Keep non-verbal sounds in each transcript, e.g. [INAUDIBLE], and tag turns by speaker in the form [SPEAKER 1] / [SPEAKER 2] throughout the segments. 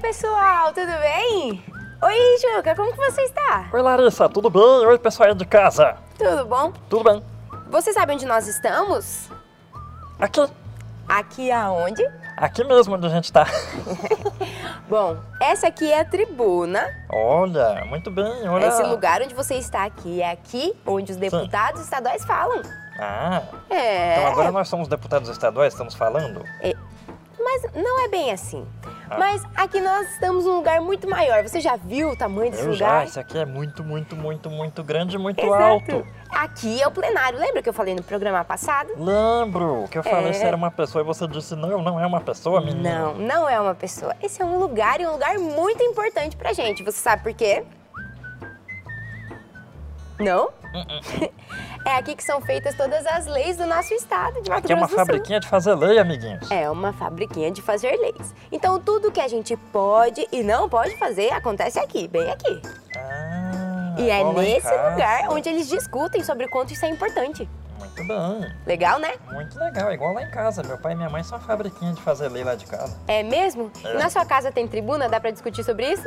[SPEAKER 1] pessoal, tudo bem? Oi, Juca, como que você está?
[SPEAKER 2] Oi, Larissa, tudo bem? Oi, pessoal aí de casa.
[SPEAKER 1] Tudo bom?
[SPEAKER 2] Tudo bem?
[SPEAKER 1] Você sabe onde nós estamos?
[SPEAKER 2] Aqui,
[SPEAKER 1] Aqui aonde?
[SPEAKER 2] aqui mesmo onde a gente tá. [LAUGHS]
[SPEAKER 1] Bom, essa aqui é a tribuna,
[SPEAKER 2] Olha, muito bem, olha.
[SPEAKER 1] esse lugar onde você está aqui, é aqui onde os deputados estaduais falam.
[SPEAKER 2] Ah,
[SPEAKER 1] É,
[SPEAKER 2] então agora nós somos deputados estaduais, estamos falando?
[SPEAKER 1] mas não é bem assim.
[SPEAKER 2] Ah.
[SPEAKER 1] Mas aqui nós estamos num lugar muito maior. Você já viu o tamanho desse
[SPEAKER 2] Eu já,
[SPEAKER 1] lugar?
[SPEAKER 2] isso aqui é muito, muito, muito, muito grande e muito
[SPEAKER 1] Exato.
[SPEAKER 2] alto.
[SPEAKER 1] Aqui é o plenário. Lembra que eu falei no programa passado?
[SPEAKER 2] Lembro que eu falei
[SPEAKER 1] É.
[SPEAKER 2] se era uma pessoa e você disse, não, não é uma pessoa, menina.
[SPEAKER 1] Não, não é uma pessoa. Esse é um lugar e um lugar muito importante pra gente. Você sabe por quê? Não?
[SPEAKER 2] Uh-uh.
[SPEAKER 1] [LAUGHS] é aqui que são feitas todas as leis do nosso estado de Mato
[SPEAKER 2] Aqui é uma
[SPEAKER 1] Grosso do Sul.
[SPEAKER 2] fabriquinha de fazer lei, amiguinhos.
[SPEAKER 1] É uma fabriquinha de fazer leis. Então tudo que a gente pode e não pode fazer acontece aqui, bem aqui.
[SPEAKER 2] Ah,
[SPEAKER 1] e é
[SPEAKER 2] igual lá em
[SPEAKER 1] nesse
[SPEAKER 2] casa.
[SPEAKER 1] lugar onde eles discutem sobre o quanto isso é importante.
[SPEAKER 2] Muito bem,
[SPEAKER 1] Legal, né?
[SPEAKER 2] muito legal, é igual lá em casa. Meu pai e minha mãe são uma fabriquinha de fazer lei lá de casa.
[SPEAKER 1] É mesmo?
[SPEAKER 2] É.
[SPEAKER 1] Na sua casa tem tribuna? Dá pra discutir sobre isso?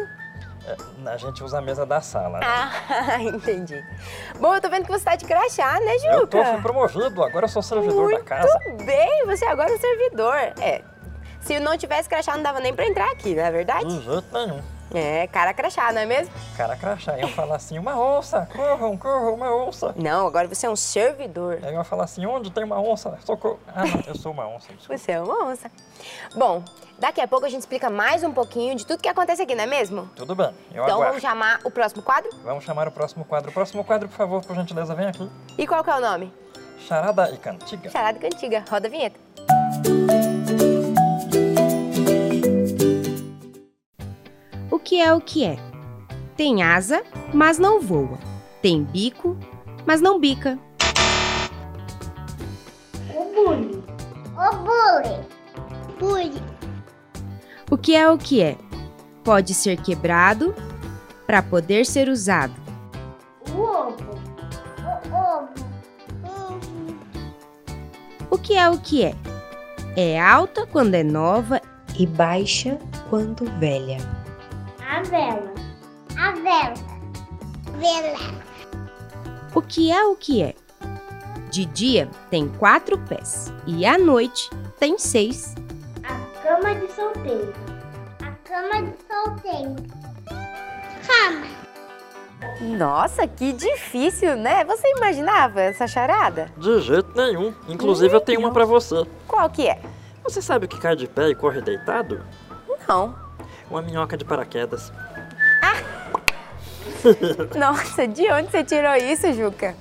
[SPEAKER 2] É, a gente usa a mesa da sala. né?
[SPEAKER 1] Ah, [LAUGHS] entendi. Bom, eu tô vendo que você tá de crachá, né, Juca?
[SPEAKER 2] Eu tô, fui promovido, agora eu sou servidor da
[SPEAKER 1] Muito
[SPEAKER 2] casa.
[SPEAKER 1] bem, você agora é um servidor. É, se não tivesse crachá, não dava nem pra entrar aqui, não é verdade?
[SPEAKER 2] De jeito nenhum.
[SPEAKER 1] É, cara crachá, não é mesmo?
[SPEAKER 2] Cara crachá, eu falar assim, uma onça, corram, corram, uma onça.
[SPEAKER 1] Não, agora você é um servidor.
[SPEAKER 2] Aí eu ia falar assim, onde tem uma onça? Socorro. Ah, não, eu sou uma onça. desculpa.
[SPEAKER 1] Você é uma onça. Bom, daqui a pouco a gente explica mais um pouquinho de tudo que acontece aqui, não é mesmo?
[SPEAKER 2] Tudo bem,
[SPEAKER 1] Então
[SPEAKER 2] eu aguardo.
[SPEAKER 1] vamos chamar o próximo quadro?
[SPEAKER 2] Vamos chamar o próximo quadro. O próximo quadro, por favor, por gentileza, vem aqui.
[SPEAKER 1] E qual que é o nome?
[SPEAKER 2] Charada e cantiga.
[SPEAKER 1] Charada e Cantiga. Roda a vinheta.
[SPEAKER 3] O que é o que é? Tem asa, mas não voa. Tem bico, mas não bica.
[SPEAKER 4] O bule. Bule.
[SPEAKER 3] O que é o que é? Pode ser quebrado para poder ser usado.
[SPEAKER 4] O ovo. O ovo.
[SPEAKER 3] O que é o que é? É alta quando é nova
[SPEAKER 5] e baixa quando velha.
[SPEAKER 4] A vela. A vela. Vela.
[SPEAKER 3] O que é o que é? De dia tem quatro pés e à noite tem seis.
[SPEAKER 4] A cama de solteiro. A cama de solteiro. Cama.
[SPEAKER 1] Nossa, que difícil, né? Você imaginava essa charada?
[SPEAKER 2] De jeito nenhum. Inclusive, eu tenho uma pra você.
[SPEAKER 1] Qual que é?
[SPEAKER 2] Você sabe o que cai de pé e corre deitado?
[SPEAKER 1] Não.
[SPEAKER 2] Uma minhoca de paraquedas.
[SPEAKER 1] Nossa, de onde você tirou isso, Juca?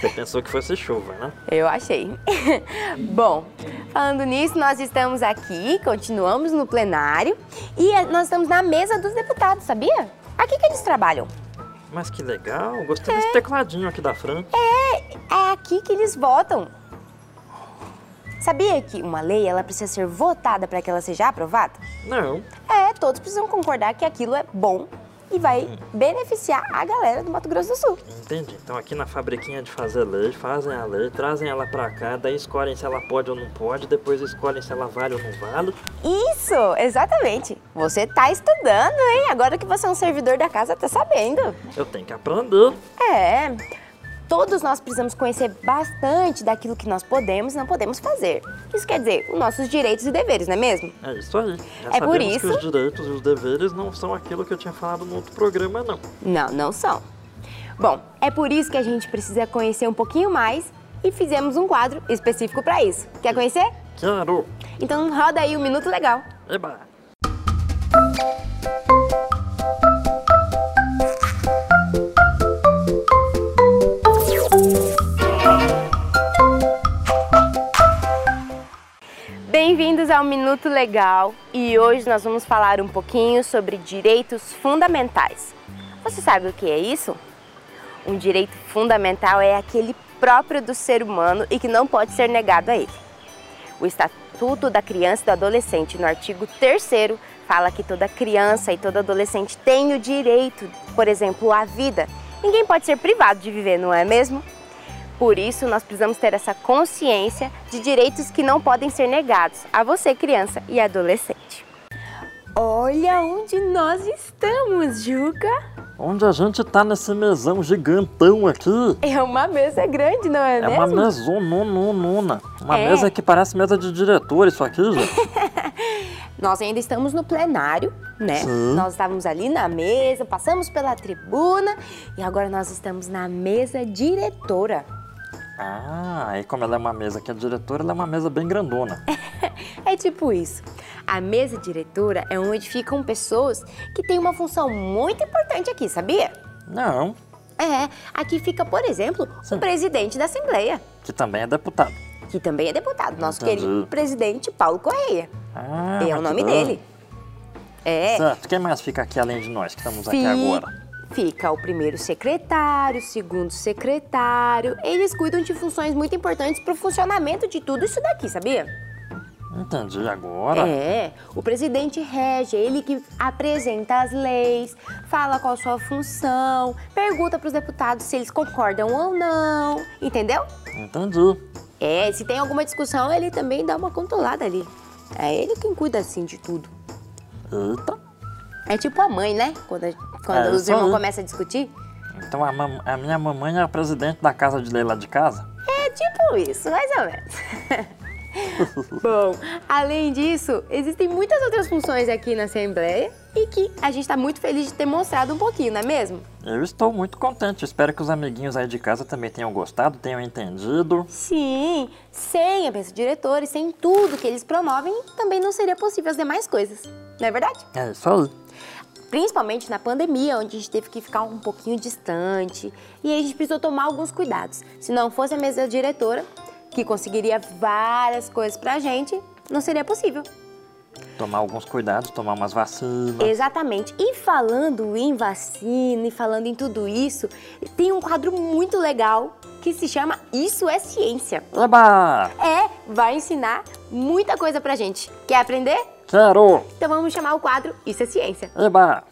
[SPEAKER 2] Você pensou que fosse chuva, né?
[SPEAKER 1] Eu achei. [LAUGHS] Bom, falando nisso, nós estamos aqui, continuamos no plenário e eh, nós estamos na mesa dos deputados, sabia? Aqui que eles trabalham.
[SPEAKER 2] Mas que legal, gostei desse tecladinho aqui da frente.
[SPEAKER 1] É aqui que eles votam. Sabia que uma lei ela precisa ser votada para que ela seja aprovada?
[SPEAKER 2] Não,
[SPEAKER 1] É, todos precisam concordar que aquilo é bom e vai beneficiar a galera do Mato Grosso do Sul.
[SPEAKER 2] entendi. Então aqui na fabriquinha de fazer lei, fazem a lei, trazem ela pra cá, daí escolhem se ela pode ou não pode, depois escolhem se ela vale ou não vale.
[SPEAKER 1] Isso, exatamente. Você tá estudando, hein? Agora que você é um servidor da casa, tá sabendo.
[SPEAKER 2] Eu tenho que aprender.
[SPEAKER 1] É. Todos nós precisamos conhecer bastante daquilo que nós podemos e não podemos fazer. Isso quer dizer, os nossos direitos e deveres, não é mesmo?
[SPEAKER 2] É isso aí. Já
[SPEAKER 1] É por
[SPEAKER 2] sabemos
[SPEAKER 1] isso-
[SPEAKER 2] que os direitos e os deveres não são aquilo que eu tinha falado no outro programa, não.
[SPEAKER 1] Não, não são. Bom, é por isso que a gente precisa conhecer um pouquinho mais e fizemos um quadro específico para isso. Quer conhecer?
[SPEAKER 2] Quero.
[SPEAKER 1] Então roda aí o Minuto Legal.
[SPEAKER 2] Eba.
[SPEAKER 1] Bem-vindos ao Minuto Legal e hoje nós vamos falar um pouquinho sobre direitos fundamentais. Você sabe o que é isso? Um direito fundamental é aquele próprio do ser humano e que não pode ser negado a ele. O Estatuto da Criança e do Adolescente, no artigo 3 fala que toda criança e todo adolescente tem o direito, por exemplo, à vida. Ninguém pode ser privado de viver, não é mesmo? Por isso, nós precisamos ter essa consciência de direitos que não podem ser negados a você, criança e adolescente. Olha onde nós estamos, Juca!
[SPEAKER 2] Onde a gente tá nesse mesão gigantão aqui?
[SPEAKER 1] É uma mesa grande, não é,
[SPEAKER 2] É
[SPEAKER 1] mesmo?
[SPEAKER 2] uma mesonononona. Uma
[SPEAKER 1] É.
[SPEAKER 2] mesa que parece mesa de diretor, isso aqui, gente. [LAUGHS]
[SPEAKER 1] Nós ainda estamos no plenário, né?
[SPEAKER 2] Sim.
[SPEAKER 1] Nós estávamos ali na mesa, passamos pela tribuna e agora nós estamos na mesa diretora.
[SPEAKER 2] Ah, aí como ela é uma mesa que é diretora, ela é uma mesa bem grandona.
[SPEAKER 1] É tipo isso. A mesa diretora é onde ficam pessoas que têm uma função muito importante aqui, sabia?
[SPEAKER 2] Não,
[SPEAKER 1] É, aqui fica, por exemplo, o
[SPEAKER 2] Sim.
[SPEAKER 1] presidente da Assembleia,
[SPEAKER 2] que também é deputado.
[SPEAKER 1] que também é deputado, nosso
[SPEAKER 2] Entendi.
[SPEAKER 1] querido presidente Paulo Correia.
[SPEAKER 2] Uhum. Ah,
[SPEAKER 1] É
[SPEAKER 2] mas que
[SPEAKER 1] o nome
[SPEAKER 2] bom.
[SPEAKER 1] dele. É.
[SPEAKER 2] Certo, quem mais fica aqui além de nós que estamos aqui
[SPEAKER 1] Fi-
[SPEAKER 2] agora?
[SPEAKER 1] Fica o primeiro secretário, o segundo secretário. Eles cuidam de funções muito importantes para o funcionamento de tudo isso daqui, sabia?
[SPEAKER 2] Entendi agora.
[SPEAKER 1] É. O presidente rege, ele que apresenta as leis, fala qual a sua função, pergunta para os deputados se eles concordam ou não, entendeu?
[SPEAKER 2] Entendi.
[SPEAKER 1] É, se tem alguma discussão, ele também dá uma controlada ali. É ele quem cuida assim de tudo.
[SPEAKER 2] Eita.
[SPEAKER 1] É tipo a mãe, né? Quando, a- quando
[SPEAKER 2] É,
[SPEAKER 1] os
[SPEAKER 2] isso
[SPEAKER 1] irmãos
[SPEAKER 2] aí.
[SPEAKER 1] começam a discutir.
[SPEAKER 2] Então a, mam- a minha mamãe é a presidente da casa de lei lá de casa?
[SPEAKER 1] É tipo isso, mais ou menos. [LAUGHS] Bom, além disso, existem muitas outras funções aqui na Assembleia e que a gente está muito feliz de ter mostrado um pouquinho, não é mesmo?
[SPEAKER 2] Eu estou muito contente. Espero que os amiguinhos aí de casa também tenham gostado, tenham entendido.
[SPEAKER 1] Sim, sem a mesa diretora e sem tudo que eles promovem, também não seria possível as demais coisas, não é verdade?
[SPEAKER 2] É isso aí.
[SPEAKER 1] Principalmente na pandemia, onde a gente teve que ficar um pouquinho distante e aí a gente precisou tomar alguns cuidados. Se não fosse a mesa diretora, que conseguiria várias coisas pra gente, não seria possível.
[SPEAKER 2] Tomar alguns cuidados, tomar umas vacinas.
[SPEAKER 1] Exatamente. E falando em vacina e falando em tudo isso, tem um quadro muito legal que se chama Isso é Ciência.
[SPEAKER 2] Eba!
[SPEAKER 1] É, vai ensinar muita coisa pra gente. Quer aprender?
[SPEAKER 2] Quero!
[SPEAKER 1] Então vamos chamar o quadro Isso é Ciência.
[SPEAKER 2] Eba!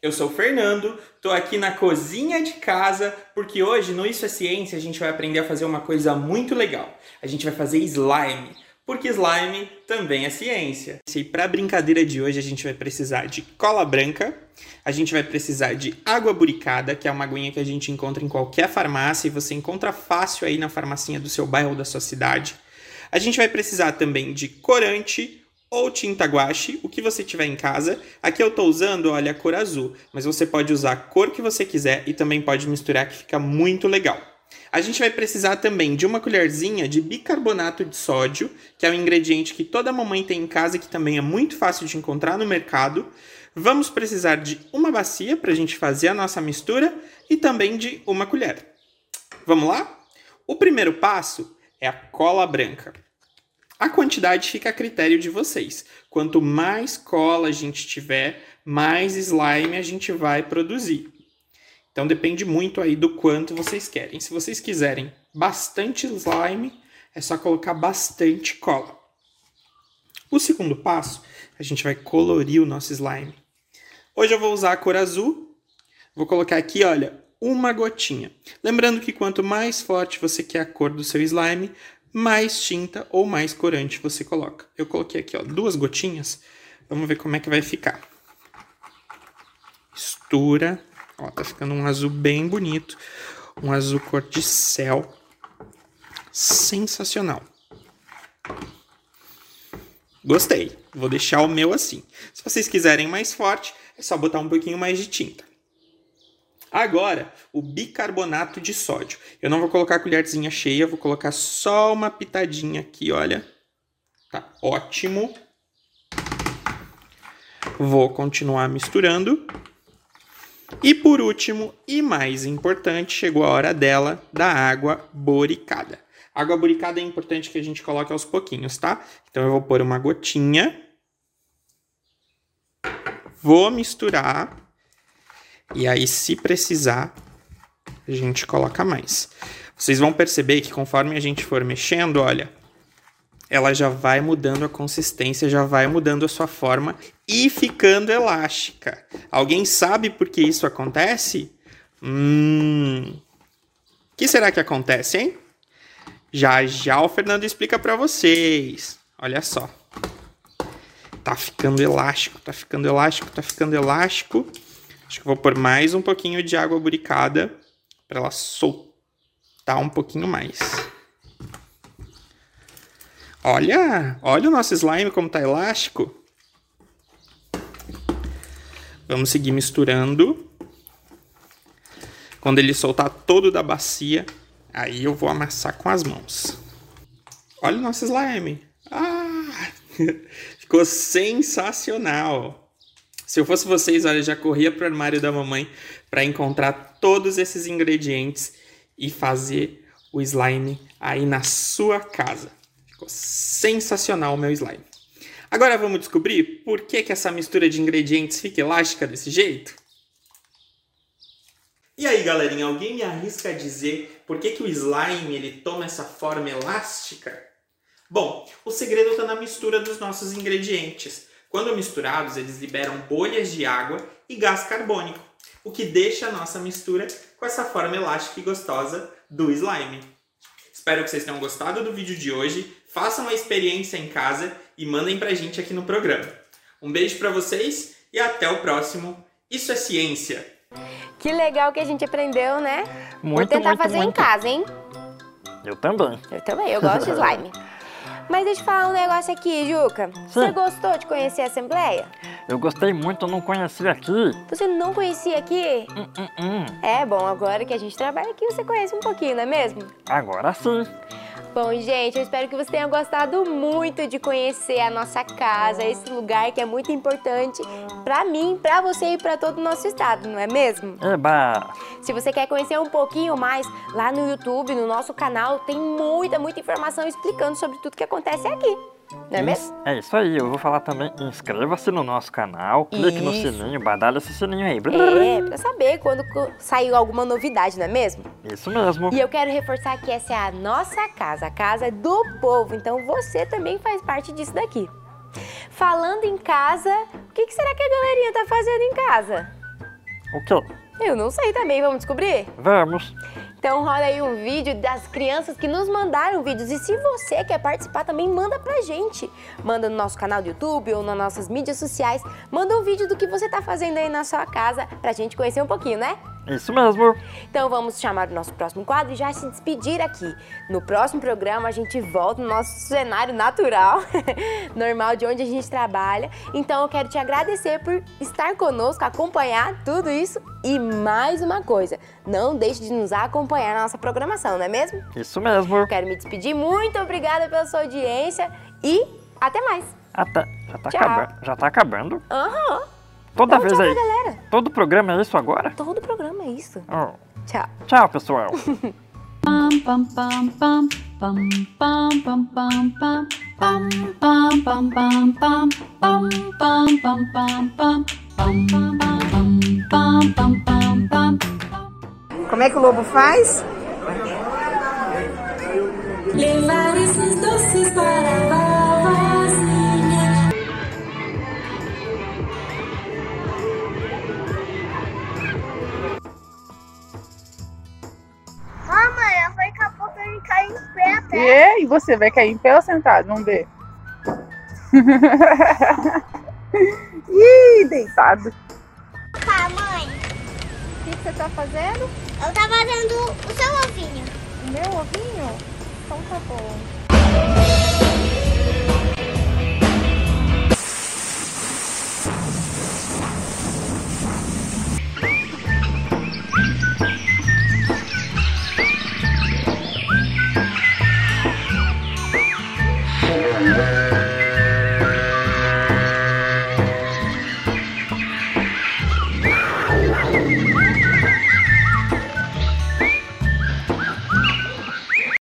[SPEAKER 6] Eu sou o Fernando, tô aqui na cozinha de casa, porque hoje no Isso é Ciência a gente vai aprender a fazer uma coisa muito legal. A gente vai fazer slime, porque slime também é ciência. E para a brincadeira de hoje a gente vai precisar de cola branca, a gente vai precisar de água buricada, que é uma aguinha que a gente encontra em qualquer farmácia e você encontra fácil aí na farmacinha do seu bairro ou da sua cidade. A gente vai precisar também de corante ou tinta guache, o que você tiver em casa. Aqui eu tô usando, olha, a cor azul, mas você pode usar a cor que você quiser e também pode misturar que fica muito legal. A gente vai precisar também de uma colherzinha de bicarbonato de sódio, que é um ingrediente que toda mamãe tem em casa e que também é muito fácil de encontrar no mercado. Vamos precisar de uma bacia para a gente fazer a nossa mistura e também de uma colher. Vamos lá? O primeiro passo é a cola branca. A quantidade fica a critério de vocês. Quanto mais cola a gente tiver, mais slime a gente vai produzir. Então depende muito aí do quanto vocês querem. Se vocês quiserem bastante slime, é só colocar bastante cola. O segundo passo, a gente vai colorir o nosso slime. Hoje eu vou usar a cor azul. Vou colocar aqui, olha, uma gotinha. Lembrando que quanto mais forte você quer a cor do seu slime, mais tinta ou mais corante você coloca. Eu coloquei aqui, ó, duas gotinhas. Vamos ver como é que vai ficar. Mistura. Ó, tá ficando um azul bem bonito. Um azul cor de céu. Sensacional. Gostei. Vou deixar o meu assim. Se vocês quiserem mais forte, é só botar um pouquinho mais de tinta. Agora, o bicarbonato de sódio. Eu não vou colocar a colherzinha cheia, vou colocar só uma pitadinha aqui, olha. Tá ótimo. Vou continuar misturando. E por último, e mais importante, chegou a hora dela, da água boricada. A água boricada é importante que a gente coloque aos pouquinhos, tá? Então eu vou pôr uma gotinha. Vou misturar. E aí, se precisar, a gente coloca mais. Vocês vão perceber que conforme a gente for mexendo, olha, ela já vai mudando a consistência, já vai mudando a sua forma e ficando elástica. Alguém sabe por que isso acontece? Hum. O que será que acontece, hein? Já já o Fernando explica para vocês. Olha só. Tá ficando elástico, tá ficando elástico, tá ficando elástico. Acho que eu vou pôr mais um pouquinho de água buricada para ela soltar um pouquinho mais. Olha, olha o nosso slime como tá elástico. Vamos seguir misturando. Quando ele soltar todo da bacia, aí eu vou amassar com as mãos. Olha o nosso slime. Ah! [LAUGHS] Ficou sensacional. Se eu fosse vocês, olha, já corria pro armário da mamãe para encontrar todos esses ingredientes e fazer o slime aí na sua casa. Ficou sensacional o meu slime. Agora vamos descobrir por que, que essa mistura de ingredientes fica elástica desse jeito? E aí, galerinha, alguém me arrisca dizer por que, que o slime ele toma essa forma elástica? Bom, o segredo está na mistura dos nossos ingredientes. Quando misturados, eles liberam bolhas de água e gás carbônico, o que deixa a nossa mistura com essa forma elástica e gostosa do slime. Espero que vocês tenham gostado do vídeo de hoje. Façam a experiência em casa e mandem pra gente aqui no programa. Um beijo para vocês e até o próximo. Isso é ciência.
[SPEAKER 1] Que legal que a gente aprendeu, né? Vou
[SPEAKER 2] Muito,
[SPEAKER 1] tentar
[SPEAKER 2] muito,
[SPEAKER 1] fazer em
[SPEAKER 2] muito.
[SPEAKER 1] casa, hein?
[SPEAKER 2] Eu também.
[SPEAKER 1] Eu também, eu gosto de slime. Mas deixa eu te falar um negócio aqui, Juca. Você
[SPEAKER 2] Sim.
[SPEAKER 1] gostou de conhecer a Assembleia?
[SPEAKER 2] Eu gostei muito, eu não conheci aqui.
[SPEAKER 1] Você não conhecia aqui?
[SPEAKER 2] Hum, hum, hum.
[SPEAKER 1] É bom, agora que a gente trabalha aqui, você conhece um pouquinho, não é mesmo?
[SPEAKER 2] Agora sim.
[SPEAKER 1] Bom, gente, eu espero que você tenha gostado muito de conhecer a nossa casa, esse lugar que é muito importante pra mim, pra você e pra todo o nosso estado, não é mesmo?
[SPEAKER 2] Eba!
[SPEAKER 1] Se você quer conhecer um pouquinho mais, lá no YouTube, no nosso canal, tem muita, muita informação explicando sobre tudo que acontece aqui, não é mesmo?
[SPEAKER 2] Isso- É isso aí, eu vou falar também. Inscreva-se no nosso canal, clique no
[SPEAKER 1] Isso.
[SPEAKER 2] sininho, badalha esse sininho aí.
[SPEAKER 1] É, pra saber quando co- saiu alguma novidade, não é mesmo?
[SPEAKER 2] Isso mesmo.
[SPEAKER 1] E eu quero reforçar que essa é a nossa casa, a casa do povo, então você também faz parte disso daqui. Falando em casa, o que que será que a galerinha tá fazendo em casa?
[SPEAKER 2] O que?
[SPEAKER 1] Eu não sei também, vamos descobrir?
[SPEAKER 2] Vamos.
[SPEAKER 1] Então rola aí um vídeo das crianças que nos mandaram vídeos. E se você quer participar também, manda pra gente. Manda no nosso canal do YouTube ou nas nossas mídias sociais. Manda um vídeo do que você tá fazendo aí na sua casa pra gente conhecer um pouquinho, né?
[SPEAKER 2] Isso mesmo.
[SPEAKER 1] Então vamos chamar o nosso próximo quadro e já se despedir aqui. No próximo programa a gente volta no nosso cenário natural, [LAUGHS] normal de onde a gente trabalha. Então eu quero te agradecer por estar conosco, acompanhar tudo isso e mais uma coisa, não deixe de nos acompanhar na nossa programação, não é mesmo?
[SPEAKER 2] Isso mesmo.
[SPEAKER 1] Eu quero me despedir. Muito obrigada pela sua audiência e até mais.
[SPEAKER 2] Até. Já tá,
[SPEAKER 1] Tchau.
[SPEAKER 2] acabando. já tá acabando?
[SPEAKER 1] Aham.
[SPEAKER 2] Toda
[SPEAKER 1] Então,
[SPEAKER 2] vez
[SPEAKER 1] tchau
[SPEAKER 2] aí.
[SPEAKER 1] pra galera.
[SPEAKER 2] Todo programa é isso agora?
[SPEAKER 1] Todo programa é isso.
[SPEAKER 2] Oh.
[SPEAKER 1] Tchau.
[SPEAKER 2] Tchau, pessoal.
[SPEAKER 5] Pam pam pam pam pam pam pam pam pam pam pam pam pam pam pam pam pam pam pam pam pam pam pam pam pam
[SPEAKER 7] Como é que o lobo faz?
[SPEAKER 5] Levar esses doces para a vovozinha
[SPEAKER 4] Mamãe, Ah, eu falei que a pouco ele cai em pé até.
[SPEAKER 7] E, e você vai cair em pé ou sentado? Vamos ver. [LAUGHS] Ih, deitado.
[SPEAKER 4] Tá, mãe.
[SPEAKER 1] O que você tá fazendo?
[SPEAKER 4] Eu tava dando o seu ovinho.
[SPEAKER 1] Meu ovinho? Então tá bom.
[SPEAKER 4] Mamãe,